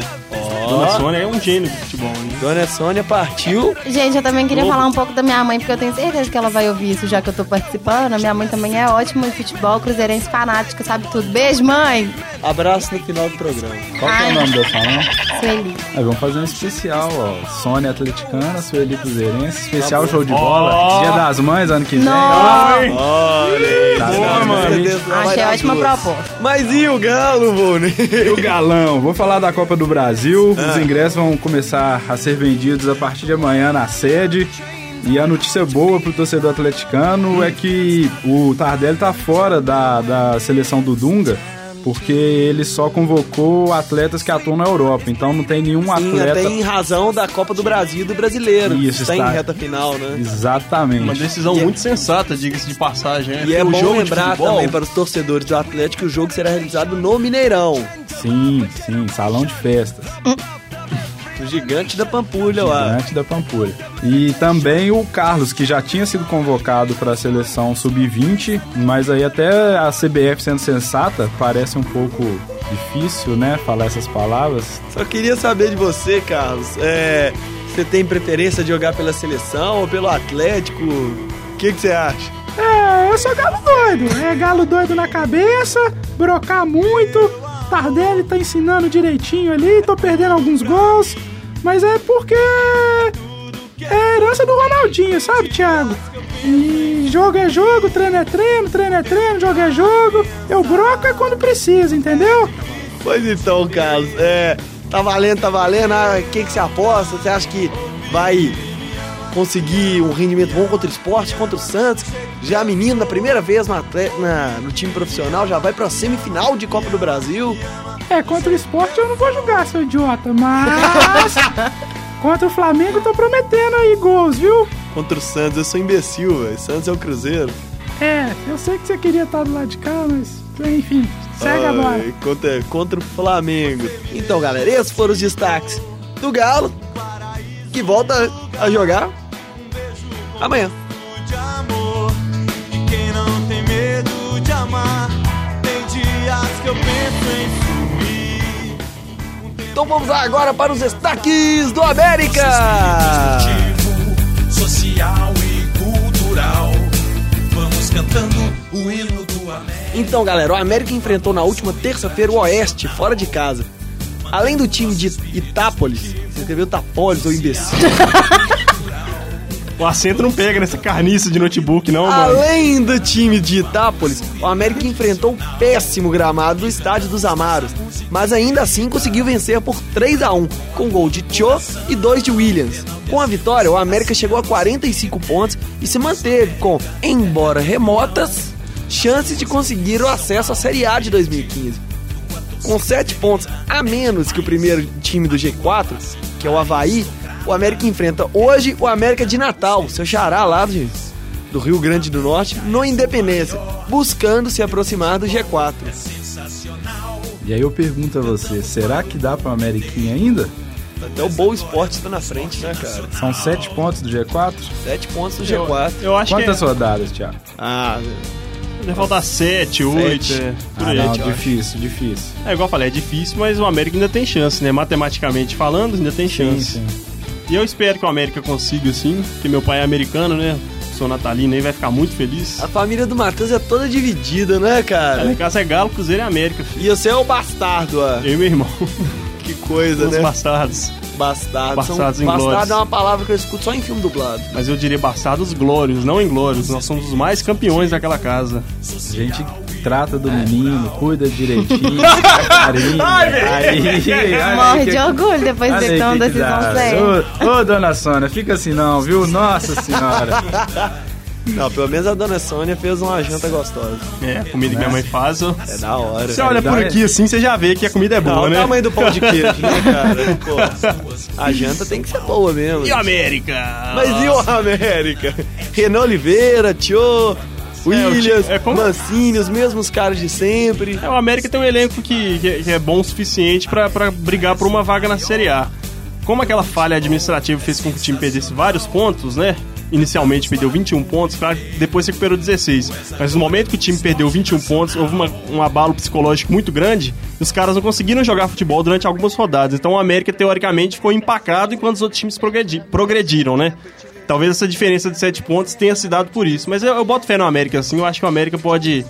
Speaker 3: Dona Sônia é um gênio de futebol, hein?
Speaker 2: Dona Sônia partiu.
Speaker 5: Gente, eu também queria falar um pouco da minha mãe, porque eu tenho certeza que ela vai ouvir isso já que eu tô participando. A minha mãe também é ótima em futebol, cruzeirense fanática, sabe tudo. Beijo, mãe!
Speaker 2: Abraço no final do programa.
Speaker 4: Qual que é o nome do salão?
Speaker 5: Sueli.
Speaker 4: Ah, vamos fazer um especial, ó. Sônia Atleticana, Sueli Cruzeirense, especial show de bola.
Speaker 3: Ó.
Speaker 4: Dia das Mães, ano que vem. Tá
Speaker 5: Nossa!
Speaker 3: Ai,
Speaker 2: Olha aí,
Speaker 3: boa, mano.
Speaker 5: Achei ótima proposta.
Speaker 2: Ah, Mas e o Galo, Volney?
Speaker 4: E o galão? Vou falar da Copa do Brasil.
Speaker 3: Ah.
Speaker 4: Os ingressos vão começar a ser vendidos a partir de amanhã na sede. E a notícia boa pro torcedor atleticano é que o Tardelli tá fora da, da seleção do Dunga, porque ele só convocou atletas que atuam na Europa. Então não tem nenhum
Speaker 2: Sim,
Speaker 4: atleta.
Speaker 2: até em razão da Copa do Brasil e do Brasileiro.
Speaker 4: Isso,
Speaker 2: está
Speaker 4: está-
Speaker 2: em reta final, né?
Speaker 3: Uma
Speaker 4: Exatamente.
Speaker 3: decisão muito sensata, diga-se de passagem. né?
Speaker 2: é E é
Speaker 3: Porque o
Speaker 2: bom
Speaker 3: jogo de
Speaker 2: lembrar
Speaker 3: futebol-
Speaker 2: também para os torcedores do Atlético que o jogo será realizado no Mineirão,
Speaker 4: Sim, sim, salão de festas.
Speaker 2: no Gigante da Pampulha
Speaker 3: Ah.
Speaker 2: lá.
Speaker 4: Gigante da Pampulha. E também o Carlos, que já tinha sido convocado para a seleção sub-20, mas aí até a CBF sendo sensata, parece um pouco difícil, né, falar essas palavras.
Speaker 2: Só queria saber de você, Carlos. É, você tem preferência de jogar pela seleção ou pelo Atlético? O que, que você acha?
Speaker 4: É, eu sou galo doido. É galo doido na cabeça, brocar muito. Tardelli tá ensinando direitinho ali, tô perdendo alguns gols. Mas é porque é herança do Ronaldinho, sabe, Thiago? E jogo é jogo, treino é treino, treino é treino, jogo é jogo. Eu broco é quando precisa, entendeu?
Speaker 2: Pois então, Carlos, é, tá valendo, tá valendo. Ah, O que, que você aposta? Você acha que vai conseguir um rendimento bom contra o esporte, contra o Santos? Já menino, na primeira vez no, atle- na- no time profissional, já vai pra semifinal de Copa do Brasil.
Speaker 8: É, contra o esporte eu não vou julgar, seu idiota, mas. contra o Flamengo eu tô prometendo aí gols, viu?
Speaker 2: Contra o Santos, eu sou imbecil, velho. Santos é o Cruzeiro.
Speaker 8: É, eu sei que você queria estar do lado de cá, mas. Enfim, segue agora.
Speaker 2: Ai, Contra, contra o Flamengo. Então, galera, esses foram os destaques do Galo, que volta a jogar amanhã.
Speaker 6: de amor. E quem não tem medo de amar, tem dias que eu penso em sumir.
Speaker 2: Então vamos lá agora para os destaques do América!
Speaker 6: Esportivo, social e cultural. Vamos cantando o hino do América.
Speaker 2: Então, galera, o América enfrentou na última terça-feira o Oeste, fora de casa. Além do time de Itápolis, você escreveu Tapolis, ou imbecil.
Speaker 3: O assento não pega nessa carniça de notebook, não, mano.
Speaker 2: Além do time de Itápolis, o América enfrentou o péssimo gramado do estádio dos Amaros, mas ainda assim conseguiu vencer por 3 a 1 com gol de Cho e dois de Williams. Com a vitória, o América chegou a 45 pontos e se manteve com, embora remotas, chances de conseguir o acesso à Série A de 2015. Com 7 pontos a menos que o primeiro time do G4, que é o Havaí, o América enfrenta hoje o América de Natal, seu xará lá de- do Rio Grande do Norte, no Independência, buscando se aproximar do G4.
Speaker 4: E aí eu pergunto a você, será que dá pra Ameriquinha ainda?
Speaker 2: Até o Boa Esporte tá na frente, né, cara?
Speaker 4: São sete pontos do G4?
Speaker 2: 7 pontos do G4.
Speaker 3: Eu acho
Speaker 4: Quantas
Speaker 3: que
Speaker 4: rodadas, Thiago?
Speaker 2: Ah,
Speaker 3: é, deve faltar 7, 8.
Speaker 2: Sete.
Speaker 3: É, por
Speaker 4: Ah,
Speaker 3: aí,
Speaker 4: não,
Speaker 3: Thiago.
Speaker 4: difícil, difícil.
Speaker 3: é igual eu falei, é difícil, mas o América ainda tem chance, né? Matematicamente falando, ainda tem
Speaker 4: Sim,
Speaker 3: chance.
Speaker 4: sim.
Speaker 3: E eu espero que o América consiga, sim, porque meu pai é americano, né? Sou natalino aí, vai ficar muito feliz.
Speaker 2: a família do Matheus é toda dividida, né,
Speaker 3: Lá
Speaker 2: cara?
Speaker 3: em casa é Galo, Cruzeiro e América, filho.
Speaker 2: E você é o bastardo, ó.
Speaker 3: Eu e meu irmão,
Speaker 2: Que coisa,
Speaker 3: os
Speaker 2: né?
Speaker 3: bastardos.
Speaker 2: Bastardo. São-
Speaker 3: Bastardos em glórias.
Speaker 2: bastardo é uma palavra que eu escuto só em filme dublado.
Speaker 3: Mas eu diria bastardos glórios, não inglórios. Nós somos os mais campeões daquela casa.
Speaker 4: A gente trata do menino, cuida direitinho, carinho. aí, aí,
Speaker 5: Morre
Speaker 4: que-
Speaker 5: de orgulho depois
Speaker 4: olha
Speaker 5: de
Speaker 4: aí que
Speaker 5: tão
Speaker 4: que
Speaker 5: decisão
Speaker 4: dá.
Speaker 5: séria.
Speaker 4: Ô, ô, dona Sônia, fica assim não, viu? Nossa senhora.
Speaker 2: Não, pelo menos a dona Sônia fez uma janta gostosa.
Speaker 3: É, a comida que minha mãe faz. ó.
Speaker 2: É da hora.
Speaker 3: Você olha por aqui assim, você já vê que a comida é
Speaker 2: Não,
Speaker 3: boa,
Speaker 2: o
Speaker 3: né?
Speaker 2: tamanho do pão de queijo, né, cara? Pô, a janta tem que ser boa mesmo.
Speaker 3: E o América?
Speaker 2: Mas e o América? Renan Oliveira, Tio, Williams,
Speaker 3: é como-
Speaker 2: Mancini, os mesmos caras de sempre.
Speaker 3: É, o América tem um elenco que, que, que é bom o suficiente pra pra brigar por uma vaga na Série A. Como aquela falha administrativa fez com que o time perdesse vários pontos, né? Inicialmente perdeu 21 pontos, claro, depois recuperou 16. Mas no momento que o time perdeu 21 pontos, houve uma, um abalo psicológico muito grande e os caras não conseguiram jogar futebol durante algumas rodadas. Então o América, teoricamente, ficou empacado enquanto os outros times progredi- progrediram, né? Talvez essa diferença de 7 pontos tenha se dado por isso. Mas eu, eu boto fé no América, assim. Eu acho que o América pode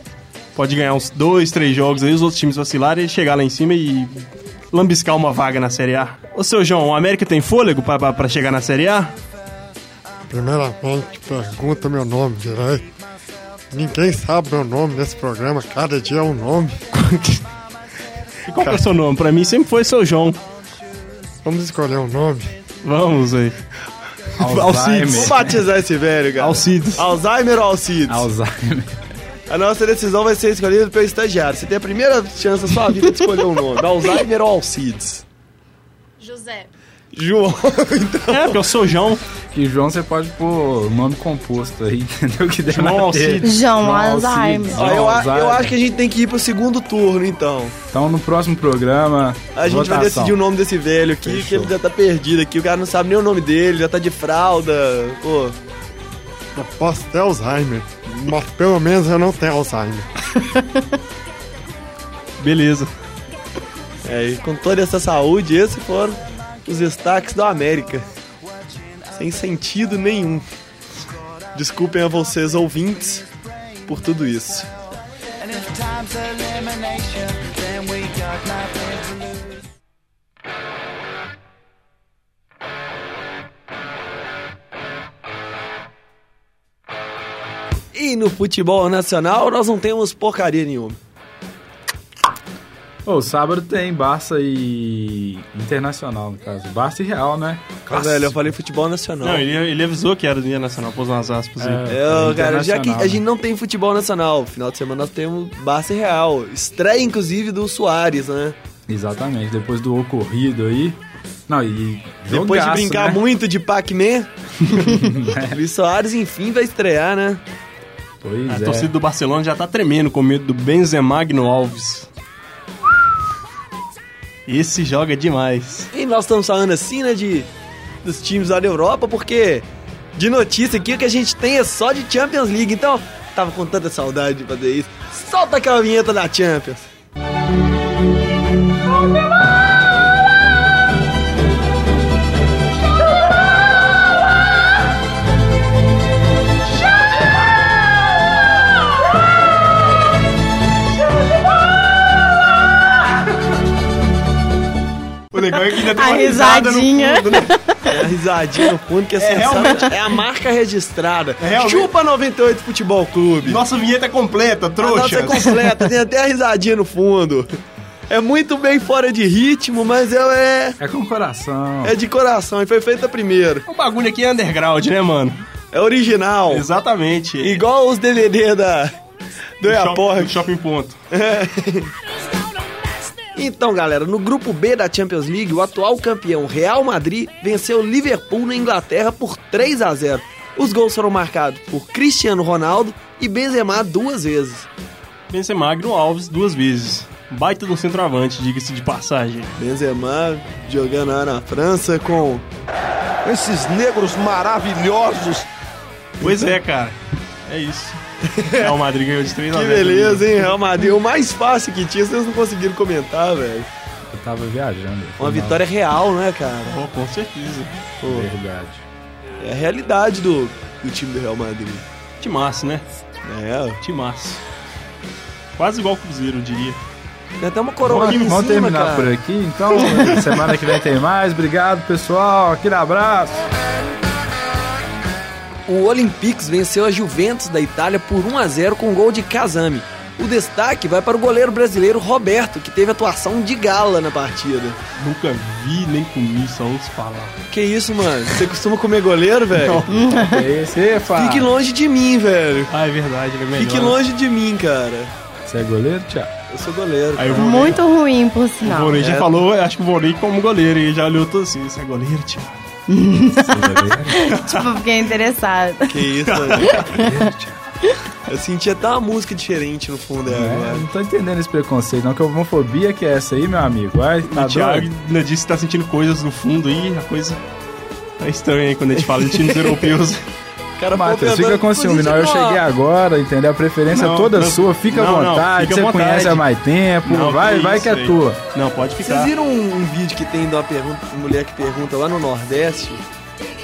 Speaker 3: pode ganhar uns dois, três jogos aí, os outros times vacilarem, chegar lá em cima e lambiscar uma vaga na Série A. Ô, seu João, o América tem fôlego pra- pra pra chegar na Série A?
Speaker 9: Primeiramente, pergunta meu nome direito. Ninguém sabe meu nome nesse programa, cada dia é um nome.
Speaker 3: E qual que é o seu nome? Pra mim sempre foi seu João.
Speaker 9: Vamos escolher um nome.
Speaker 3: Vamos aí.
Speaker 2: Vamos
Speaker 4: Alzheimer.
Speaker 2: batizar esse velho, cara.
Speaker 3: Alcides.
Speaker 2: Alzheimer ou Alcides?
Speaker 4: Alzheimer.
Speaker 2: A nossa decisão vai ser escolhida pelo estagiário. Você tem a primeira chance da sua vida de escolher um nome. Alzheimer ou Alcides?
Speaker 5: José.
Speaker 2: João.
Speaker 3: É, porque eu sou João.
Speaker 4: Que João você pode pôr nome composto aí, entendeu? Que der
Speaker 3: João
Speaker 4: na telha.
Speaker 3: Alcides.
Speaker 5: João
Speaker 4: João Alcides.
Speaker 5: Alzheimer.
Speaker 2: Ó, eu, a-
Speaker 4: Alzheimer.
Speaker 2: eu acho que a gente tem que ir pro segundo turno, então.
Speaker 4: Então no próximo programa,
Speaker 2: A gente vai
Speaker 4: votação.
Speaker 2: decidir o nome desse velho aqui, que
Speaker 4: Fechou.
Speaker 2: ele já tá perdido aqui. O cara não sabe nem o nome dele, já tá de fralda. Pô.
Speaker 9: Eu posso ter Alzheimer, mas pelo menos eu não tenho Alzheimer.
Speaker 3: Beleza.
Speaker 2: É, e com toda essa saúde, esses foram os destaques da América. Sem sentido nenhum. Desculpem a vocês, ouvintes, por tudo isso. E no futebol nacional nós não temos porcaria nenhuma.
Speaker 4: Ô, sábado tem Barça e Internacional, no caso. Barça e Real, né?
Speaker 2: Mas, velho, eu falei futebol nacional.
Speaker 3: Não, ele, ele avisou que era do Dia Nacional, pôs umas aspas aí.
Speaker 2: É, cara, já que a
Speaker 4: Internacional, né?
Speaker 2: gente não tem futebol nacional, final de semana nós temos Barça e Real. Estreia, inclusive, do Soares, né?
Speaker 4: Exatamente, depois do ocorrido aí. Não, e
Speaker 2: Depois de
Speaker 4: jogaço,
Speaker 2: brincar
Speaker 4: né?
Speaker 2: muito de Pac-Man, Luiz Soares, enfim, vai estrear, né?
Speaker 4: Pois
Speaker 3: A
Speaker 4: é.
Speaker 3: torcida do Barcelona já tá tremendo com medo do Benzemagno Alves. Esse joga demais.
Speaker 2: E nós estamos falando assim, né, de, dos times lá da Europa, porque de notícia aqui o que a gente tem é só de Champions League. Então, tava com tanta saudade de fazer isso. Solta aquela vinheta da Champions.
Speaker 3: O legal é que ainda tem
Speaker 5: A
Speaker 3: uma risada no
Speaker 5: risadinha.
Speaker 3: fundo, né?
Speaker 2: É a risadinha no fundo que é, sensacional. É a marca registrada.
Speaker 3: É realmente-
Speaker 2: Chupa 98 Futebol Clube.
Speaker 3: Nossa vinheta é completa,
Speaker 2: A nossa
Speaker 3: trouxa.
Speaker 2: é completa, tem até a risadinha no fundo. É muito bem fora de ritmo, mas é, é,
Speaker 4: É com o coração.
Speaker 2: é de coração e foi feita primeiro.
Speaker 3: O bagulho aqui é underground, né, mano?
Speaker 2: É original.
Speaker 3: Exatamente.
Speaker 2: Igual os DVD da do
Speaker 3: Do shop-
Speaker 2: Iaporg.
Speaker 3: do Shopping Ponto.
Speaker 2: Então, galera, no grupo B da Champions League, o atual campeão Real Madrid venceu o Liverpool na Inglaterra por 3 a 0. Os gols foram marcados por Cristiano Ronaldo e Benzema duas vezes.
Speaker 3: Benzema Magno Alves duas vezes. Baita do centroavante, diga-se de passagem.
Speaker 2: Benzema jogando lá na França com
Speaker 10: Esses negros maravilhosos.
Speaker 3: Pois é, cara. É isso. Real Madrid ganhou de 3 a
Speaker 2: Que
Speaker 3: 0.
Speaker 2: beleza, hein, Real Madrid. O mais fácil que tinha, vocês não conseguiram comentar, velho.
Speaker 4: Eu tava viajando.
Speaker 2: Uma vitória real, né, cara?
Speaker 3: Pô, com certeza.
Speaker 2: Pô,
Speaker 4: Verdade.
Speaker 2: é a realidade do, do time do Real Madrid.
Speaker 3: Timaço, né?
Speaker 2: É,
Speaker 3: Timaço. Quase igual o Cruzeiro, eu diria.
Speaker 2: tem até uma coroa aqui um em
Speaker 4: Vamos, vamos
Speaker 2: cima,
Speaker 4: terminar
Speaker 2: cara.
Speaker 4: por aqui, então. semana que vem tem mais. Obrigado, pessoal. Aquele abraço.
Speaker 2: O Olympiques venceu a Juventus da Itália por 1 a 0 com um gol de Kazami. O destaque vai para o goleiro brasileiro Roberto, que teve atuação de gala na partida.
Speaker 3: Nunca vi nem comi, só ouço falar.
Speaker 2: Que isso, mano? Você costuma comer goleiro, velho?
Speaker 4: É isso aí, Fá.
Speaker 2: Fique longe de mim, velho.
Speaker 3: Ah, é verdade, ele é melhor.
Speaker 2: Fique longe de mim, cara.
Speaker 4: Você é goleiro, Tchau.
Speaker 2: Eu sou goleiro.
Speaker 3: Aí o Volney,
Speaker 5: Muito ruim, por
Speaker 3: o
Speaker 5: sinal.
Speaker 3: Volney já
Speaker 2: É.
Speaker 3: falou, acho que o Volney como goleiro, e já olhou todo assim, você é goleiro, Thiago?
Speaker 5: Tipo, fiquei interessada.
Speaker 2: Que isso, mano? Eu senti até uma música diferente no fundo dela
Speaker 4: É,
Speaker 2: agora.
Speaker 4: não tô entendendo esse preconceito, não. Que homofobia que é essa aí, meu amigo? Vai, tá
Speaker 2: é
Speaker 3: o Thiago
Speaker 4: doido?
Speaker 3: ainda disse que tá sentindo coisas no fundo aí, a coisa tá estranha aí quando a gente fala de times europeus.
Speaker 2: O cara
Speaker 4: Matheus,
Speaker 2: pô,
Speaker 4: fica com
Speaker 2: perdão,
Speaker 4: ciúme, não. Eu
Speaker 2: inclusive, ó,
Speaker 4: cheguei agora, entendeu? A preferência
Speaker 3: Não,
Speaker 4: é toda
Speaker 3: não.
Speaker 4: sua, fica à
Speaker 3: Não, não,
Speaker 4: vontade.
Speaker 3: fica à
Speaker 4: Você
Speaker 3: vontade.
Speaker 4: conhece há mais tempo.
Speaker 3: Não,
Speaker 4: vai, vai
Speaker 3: isso
Speaker 4: que é
Speaker 3: aí.
Speaker 4: tua.
Speaker 3: Não, pode
Speaker 2: Vocês
Speaker 3: ficar.
Speaker 2: viram um, um vídeo que tem de uma pergunta, uma mulher que pergunta lá no Nordeste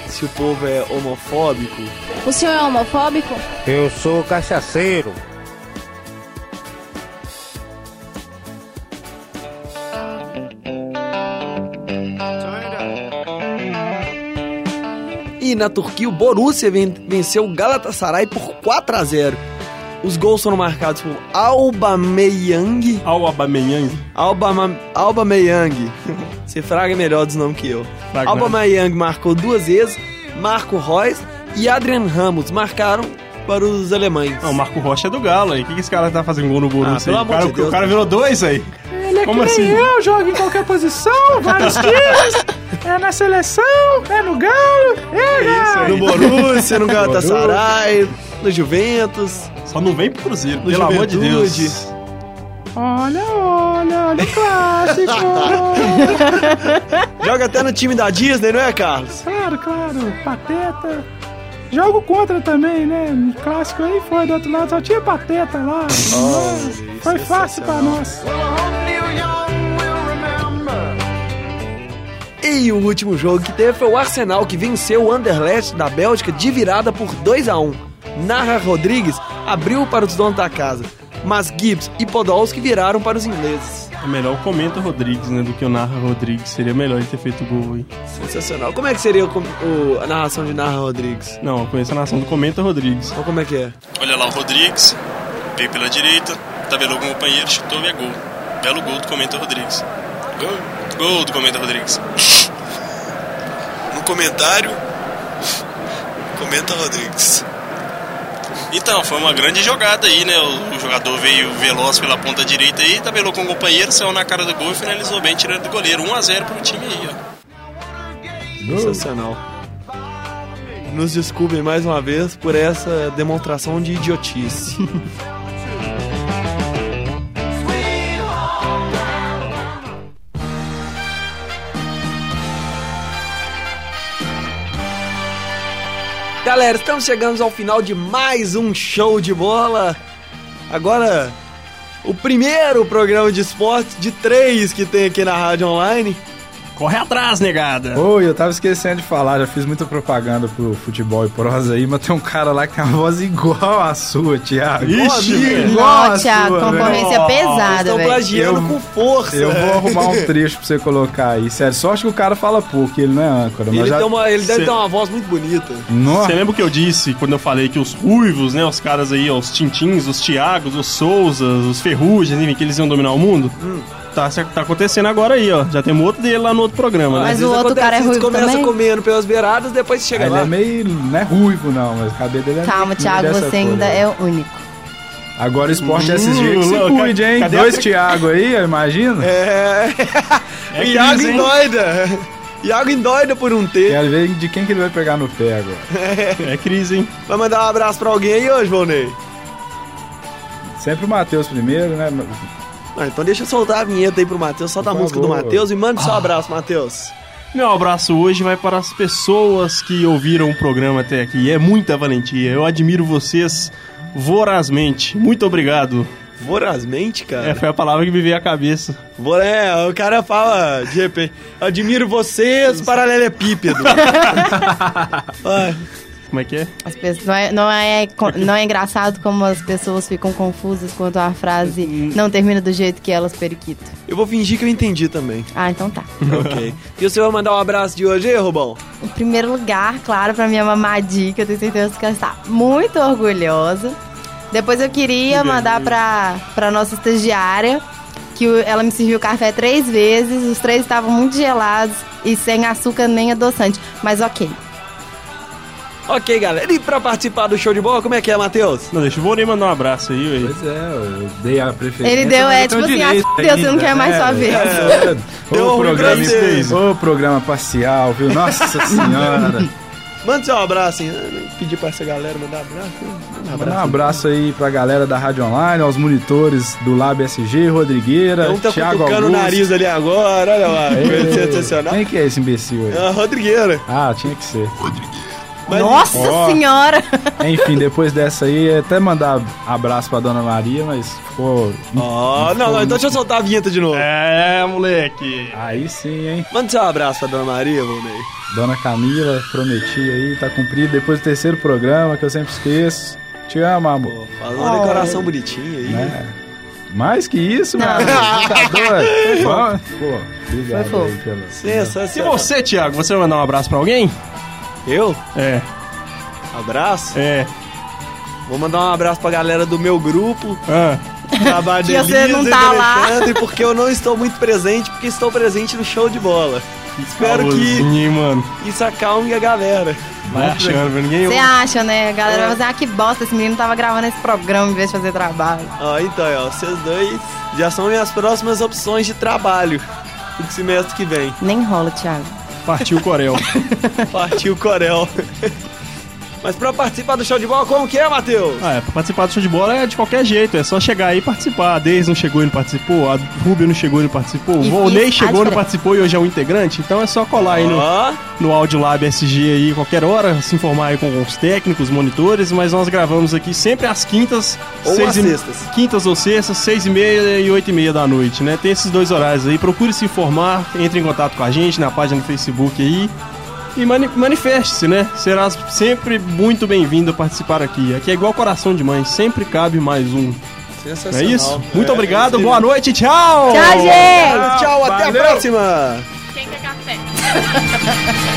Speaker 2: se o povo é homofóbico?
Speaker 11: O senhor é homofóbico?
Speaker 10: Eu sou cachaceiro.
Speaker 2: E na Turquia, o Borussia ven- venceu o Galatasaray por 4 a 0 Os gols foram marcados por Aubameyang.
Speaker 3: Ao Abameyang.
Speaker 2: Albama- Aubameyang. Você fraga melhor dos nomes que eu.
Speaker 3: Fraga. né?
Speaker 2: Aubameyang marcou duas vezes, Marco Reus e Adrian Ramos marcaram para os alemães.
Speaker 3: Não, o Marco Rocha é do Galo aí. O que, que esse cara tá fazendo gol no
Speaker 2: Ah,
Speaker 3: Borussia
Speaker 2: pelo
Speaker 3: aí? O
Speaker 2: amor
Speaker 3: cara,
Speaker 2: de Deus.
Speaker 3: o cara virou dois aí.
Speaker 8: Ele é
Speaker 3: Como
Speaker 8: que nem
Speaker 3: assim?
Speaker 8: eu, joga em qualquer posição, vários times. É na seleção, é no galo. É, cara.
Speaker 2: no Borussia, no Galatasaray, no Juventus.
Speaker 3: Só não vem pro Cruzeiro,
Speaker 2: No
Speaker 3: pelo amor de Deus.
Speaker 2: Juventude.
Speaker 8: Olha, olha, olha o clássico.
Speaker 2: Joga até no time da Disney, não é, Carlos?
Speaker 8: Claro, claro, pateta. Jogo contra também, né? No clássico aí foi do outro lado, só tinha pateta lá. foi fácil pra nós.
Speaker 2: E o último jogo que teve foi o Arsenal, que venceu o Anderlecht da Bélgica de virada por 2 a 1 Narra Rodrigues abriu para os donos da casa, mas Gibbs e Podolski viraram para os ingleses.
Speaker 3: É melhor o Comenta Rodrigues, né, do que o Narra Rodrigues. Seria melhor ele ter feito o gol aí.
Speaker 2: Sensacional. Como é que seria o com- o- a narração de Narra Rodrigues?
Speaker 3: Não, eu conheço a narração do Comenta Rodrigues.
Speaker 2: Então como é que é?
Speaker 3: Olha lá o Rodrigues, veio pela direita, tabelou com o companheiro, chutou e é gol. Belo gol do Comenta Rodrigues. Gol? Gol do Comenta Rodrigues.
Speaker 6: No comentário, comenta Rodrigues.
Speaker 3: Então, foi uma grande jogada aí, né? O, o jogador veio veloz pela ponta direita aí, tabelou com o companheiro, saiu na cara do gol e finalizou bem, tirando do goleiro. 1x0 pro time aí, ó.
Speaker 2: Sensacional. Nos desculpem mais uma vez por essa demonstração de idiotice. Galera, estamos chegando ao final de mais um show de bola. Agora, o primeiro programa de esporte de três que tem aqui na Rádio Online.
Speaker 3: Corre atrás, negada.
Speaker 4: Oi, eu tava esquecendo de falar, já fiz muita propaganda pro futebol e prosa aí, mas tem um cara lá que tem uma voz igual à sua, Thiago.
Speaker 3: Ixi, velho.
Speaker 4: igual à
Speaker 5: Ó, Thiago,
Speaker 4: sua,
Speaker 5: concorrência
Speaker 4: velho.
Speaker 5: é pesada, velho.
Speaker 4: Eu-
Speaker 2: força.
Speaker 4: Eu vou arrumar um trecho pra você colocar aí. Sério, só acho que o cara fala pouco, ele não é âncora. mas
Speaker 2: Ele,
Speaker 4: já...
Speaker 2: tem uma, ele deve
Speaker 3: Cê-
Speaker 2: ter uma voz muito bonita.
Speaker 4: Nossa.
Speaker 3: Você lembra o que eu disse quando eu falei que os ruivos, né, os caras aí, ó, os Tintins, os Tiagos, os Souzas, os Ferrugens, enfim, que eles iam dominar o mundo? Tá, tá acontecendo agora aí, ó. Já tem um outro dele lá no outro programa, né?
Speaker 5: Mas
Speaker 2: Às
Speaker 5: o
Speaker 2: vezes
Speaker 5: outro cara é
Speaker 2: isso,
Speaker 5: ruivo
Speaker 2: começa
Speaker 5: também?
Speaker 2: comendo pelas beiradas, depois chega
Speaker 4: Ele
Speaker 2: lá.
Speaker 4: é meio. não é ruivo, não, mas o cabelo dele é.
Speaker 5: Calma,
Speaker 4: meio
Speaker 5: Thiago,
Speaker 4: dessa
Speaker 5: você
Speaker 4: cor,
Speaker 5: ainda
Speaker 4: né?
Speaker 5: é o único.
Speaker 4: Agora o esporte
Speaker 3: Hum,
Speaker 4: SG que se
Speaker 3: louco,
Speaker 4: cuide, hein?
Speaker 3: cadê a
Speaker 4: Dois
Speaker 3: pre-
Speaker 4: Thiago aí, eu imagino.
Speaker 2: é
Speaker 3: É que
Speaker 2: Iago
Speaker 3: eles, hein?
Speaker 2: endoida. Iago endoida por um T.
Speaker 4: Quero ver de quem que ele vai pegar no pé agora.
Speaker 3: É crise, hein?
Speaker 2: Vai mandar um abraço pra alguém aí hoje, Volney?
Speaker 4: Sempre o Matheus primeiro, né?
Speaker 2: Ah, então deixa eu soltar a vinheta aí pro Matheus, solta a
Speaker 4: Por
Speaker 2: música do
Speaker 4: favor.
Speaker 2: Matheus e manda seu abraço, Matheus.
Speaker 3: Meu abraço hoje vai para as pessoas que ouviram o programa até aqui. É muita valentia. Eu admiro vocês vorazmente. Muito obrigado.
Speaker 2: Vorazmente,
Speaker 3: É,
Speaker 2: cara.
Speaker 3: foi a palavra que me veio à cabeça.
Speaker 2: Vor- É, o cara fala de repente, admiro vocês, paralelepípedo. Ai,
Speaker 3: Como é que é?
Speaker 5: As pessoas, não, é, não, é, co- não é engraçado como as pessoas ficam confusas quanto à frase
Speaker 4: Hum.
Speaker 5: não termina do jeito que elas periquito.
Speaker 2: eu vou fingir que eu entendi também.
Speaker 5: Ah, então tá.
Speaker 2: ok. E você vai mandar um abraço de hoje aí, Rubão?
Speaker 5: Em primeiro lugar, claro, pra é minha mamadinha, que eu tenho certeza que ela está muito orgulhosa. Depois eu queria mandar pra, pra nossa estagiária, que o- ela me serviu café três vezes, os três estavam muito gelados e sem açúcar nem adoçante. Mas ok.
Speaker 2: Ok, galera. E pra participar do show de bola, como é que é, Matheus?
Speaker 3: Não, deixa eu vou nem mandar um abraço aí, ué.
Speaker 4: Pois é, eu dei a preferência.
Speaker 5: Ele deu,
Speaker 4: mas
Speaker 5: é,
Speaker 4: eu tenho
Speaker 5: tipo assim,
Speaker 4: direito
Speaker 5: ah, Deus, você não
Speaker 4: ainda,
Speaker 5: quer mais
Speaker 4: né,
Speaker 5: sua
Speaker 4: velho?
Speaker 5: vez.
Speaker 4: É,
Speaker 2: Deu um
Speaker 4: Ô,
Speaker 2: ruim pra
Speaker 4: programa,
Speaker 2: vocês.
Speaker 4: ô, programa parcial, viu? Nossa senhora.
Speaker 5: Um
Speaker 2: Manda seu abraço, hein? Pedir pra essa galera mandar abraço. Manda
Speaker 4: Manda um
Speaker 2: abraço.
Speaker 4: abraço aí pra galera da Rádio Online, aos monitores do Lab SG, Rodrigueira,
Speaker 2: Um tá
Speaker 4: Thiago
Speaker 2: cutucando
Speaker 4: Augusto.
Speaker 2: o nariz ali agora, olha lá. Coisa sensacional.
Speaker 4: Quem que é esse imbecil aí?
Speaker 2: É a Rodrigueira.
Speaker 4: Ah, tinha que ser.
Speaker 2: Mas-
Speaker 5: Nossa
Speaker 4: Ó.
Speaker 5: senhora!
Speaker 4: Enfim, depois dessa aí, até mandar abraço pra Dona Maria, mas ficou...
Speaker 2: Ó, não, não, então deixa eu soltar a vinheta de novo.
Speaker 3: É, moleque.
Speaker 4: Aí sim, hein?
Speaker 2: Manda seu abraço pra Dona Maria, Volney.
Speaker 4: Dona Camila, prometi aí, tá cumprido. Depois do terceiro programa, que eu sempre esqueço. Te amo,
Speaker 2: Pô,
Speaker 4: amor.
Speaker 2: faz uma decoração bonitinha aí.
Speaker 4: Né? Mais que isso,
Speaker 5: Não.
Speaker 4: mano. Tá doido? Ó, Pô, obrigado
Speaker 5: Foi fofo.
Speaker 4: aí pela...
Speaker 3: E
Speaker 2: Sensacional.
Speaker 3: você, Thiago, você vai mandar um abraço pra alguém?
Speaker 2: Eu?
Speaker 3: É,
Speaker 2: Abraço?
Speaker 3: é.
Speaker 2: Vou mandar um abraço pra galera do meu grupo,
Speaker 3: Ah.
Speaker 2: da Badelisa
Speaker 5: você não
Speaker 2: e do
Speaker 5: tá lá.
Speaker 2: Alexandre, porque eu não estou muito presente, porque estou presente no show de bola. Espero que
Speaker 3: Carosinho, hein, mano.
Speaker 2: isso acalme a galera.
Speaker 3: Vai achando, velho. ninguém
Speaker 5: Você
Speaker 3: ouve.
Speaker 5: acha, né? A galera vai fazer, ah, que bosta, esse menino tava gravando esse programa em vez de fazer trabalho.
Speaker 2: Ó, então, ó, vocês dois já são minhas próximas opções de trabalho pro semestre que vem.
Speaker 5: Nem rola, Thiago.
Speaker 3: Partiu o Corel.
Speaker 2: Partiu Corel. Mas pra participar do show de bola, como que é, Matheus?
Speaker 3: Ah, é, pra participar do show de bola é de qualquer jeito, é só chegar aí e participar. A Deise não chegou e não participou, a Rubio não chegou e não participou, o
Speaker 5: E-
Speaker 3: Volney
Speaker 5: e-
Speaker 3: chegou e não
Speaker 5: ah,
Speaker 3: participou e hoje é um integrante, então é só colar aí no,
Speaker 2: Ó,
Speaker 3: no Audiolab SG aí qualquer hora, se informar aí com os técnicos, monitores, mas nós gravamos aqui sempre às quintas,
Speaker 2: Ou
Speaker 3: seis
Speaker 2: às
Speaker 3: e-
Speaker 2: sextas.
Speaker 3: Quintas ou sextas, seis e meia e oito e meia da noite, né? Tem esses dois horários aí, procure se informar, entre em contato com a gente na página do Facebook aí. E mani- manifeste-se, né? Será sempre muito bem-vindo a participar aqui. Aqui é igual coração de mãe, sempre cabe mais um. Não é
Speaker 2: sensacional.
Speaker 3: isso? Muito
Speaker 2: É,
Speaker 3: obrigado,
Speaker 2: isso aí.
Speaker 3: boa noite, tchau!
Speaker 5: Tchau, gente!
Speaker 2: Tchau, até
Speaker 4: Valeu.
Speaker 2: a próxima!
Speaker 11: Quem quer café?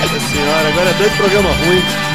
Speaker 2: Nossa senhora, agora é dois programas ruins.